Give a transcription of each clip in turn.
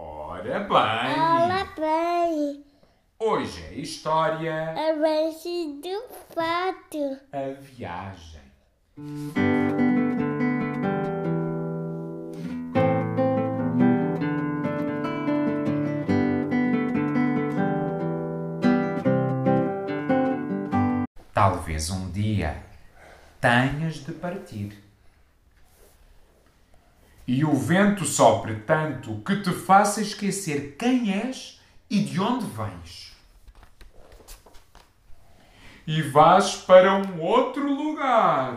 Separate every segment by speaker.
Speaker 1: Ora bem,
Speaker 2: Olá, bem.
Speaker 1: hoje é história
Speaker 2: A vence do fato.
Speaker 1: a viagem. Talvez um dia tenhas de partir. E o vento sopre tanto que te faça esquecer quem és e de onde vens. E vais para um outro lugar.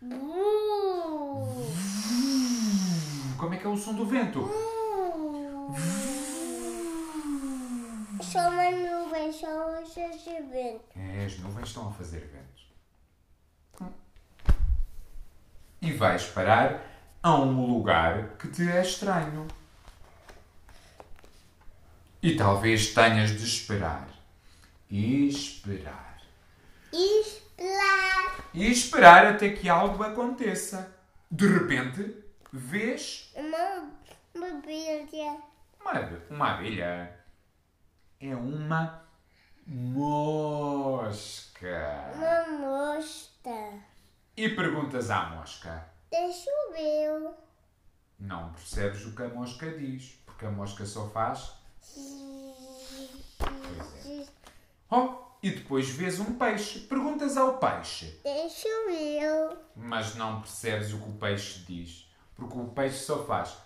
Speaker 2: Bum.
Speaker 1: Como é que é o som do vento?
Speaker 2: Só uma nuvem, só um vento.
Speaker 1: É, as nuvens estão a fazer vento. E vais parar a um lugar que te é estranho. E talvez tenhas de esperar. E esperar.
Speaker 2: Esplar.
Speaker 1: E esperar até que algo aconteça. De repente, vês
Speaker 2: é Uma mobília.
Speaker 1: uma, ab- uma abelha. É uma mosca.
Speaker 2: Uma mosca.
Speaker 1: E perguntas à mosca.
Speaker 2: Deixa o meu.
Speaker 1: Não percebes o que a mosca diz, porque a mosca só faz oh, e depois vês um peixe, perguntas ao peixe,
Speaker 2: Deixa o meu.
Speaker 1: mas não percebes o que o peixe diz, porque o peixe só faz.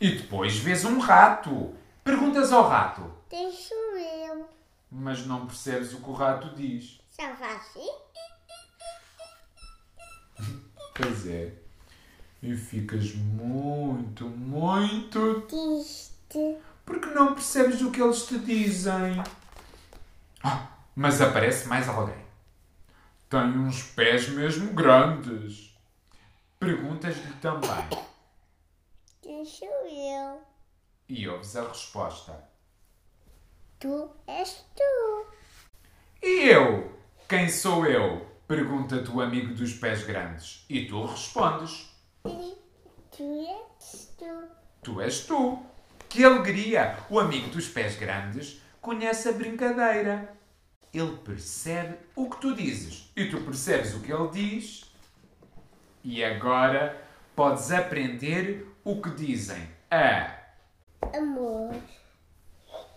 Speaker 1: E depois vês um rato, perguntas ao rato,
Speaker 2: Deixa o meu.
Speaker 1: mas não percebes o que o rato diz.
Speaker 2: Só faz assim?
Speaker 1: Pois é. E ficas muito, muito
Speaker 2: Triste.
Speaker 1: porque não percebes o que eles te dizem. Ah, mas aparece mais alguém. Tem uns pés mesmo grandes. Perguntas-lhe também
Speaker 2: Deixa o meu.
Speaker 1: e ouves a resposta.
Speaker 2: Tu és tu.
Speaker 1: E eu? Quem sou eu? Pergunta-te o amigo dos pés grandes. E tu respondes.
Speaker 2: Tu és tu.
Speaker 1: Tu és tu. Que alegria! O amigo dos pés grandes conhece a brincadeira. Ele percebe o que tu dizes e tu percebes o que ele diz. E agora podes aprender o que dizem a,
Speaker 2: Amor.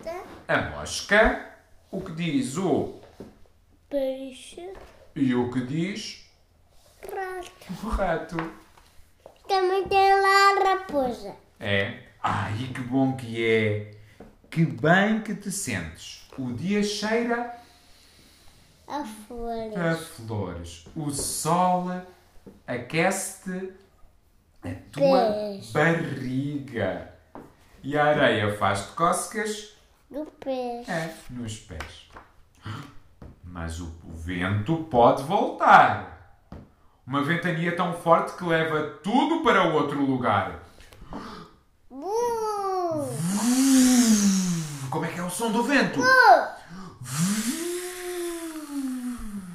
Speaker 2: Tá?
Speaker 1: a mosca, o que diz o
Speaker 2: Peixe.
Speaker 1: e o que diz
Speaker 2: Prato.
Speaker 1: o rato.
Speaker 2: Também tem lá a raposa.
Speaker 1: É. Ai, que bom que é! Que bem que te sentes. O dia cheira
Speaker 2: A folha.
Speaker 1: a flores. O sol aquece-te a tua
Speaker 2: Pés.
Speaker 1: barriga. E a areia faz-te cócegas
Speaker 2: Do peixe.
Speaker 1: é, nos pés. Mas o o vento pode voltar. Uma ventania tão forte que leva tudo para outro lugar.
Speaker 2: Buu.
Speaker 1: Como é que é o som do vento?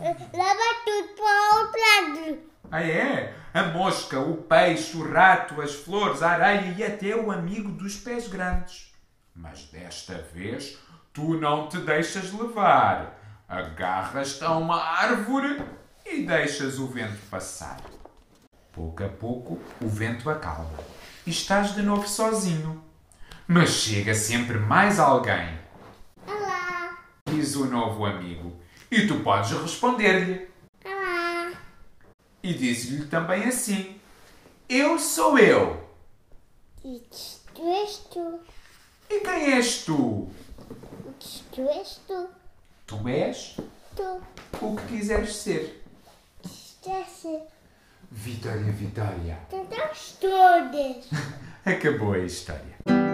Speaker 2: Leva tudo para outro lado.
Speaker 1: Ah, é? A mosca, o peixe, o rato, as flores, a areia e até o amigo dos pés grandes. Mas desta vez tu não te deixas levar. Agarras-te a uma árvore e deixas o vento passar. Pouco a pouco o vento acalma e estás de novo sozinho. Mas chega sempre mais alguém,
Speaker 2: Olá.
Speaker 1: diz o novo amigo, e tu podes responder-lhe
Speaker 2: Olá.
Speaker 1: e diz-lhe também assim: Eu sou eu.
Speaker 2: E tu és tu.
Speaker 1: E quem és tu?
Speaker 2: E tu és tu.
Speaker 1: Tu és
Speaker 2: Tu.
Speaker 1: o que quiseres ser.
Speaker 2: Esquece.
Speaker 1: Vitória, Vitória.
Speaker 2: Tentamos todas.
Speaker 1: Acabou a história.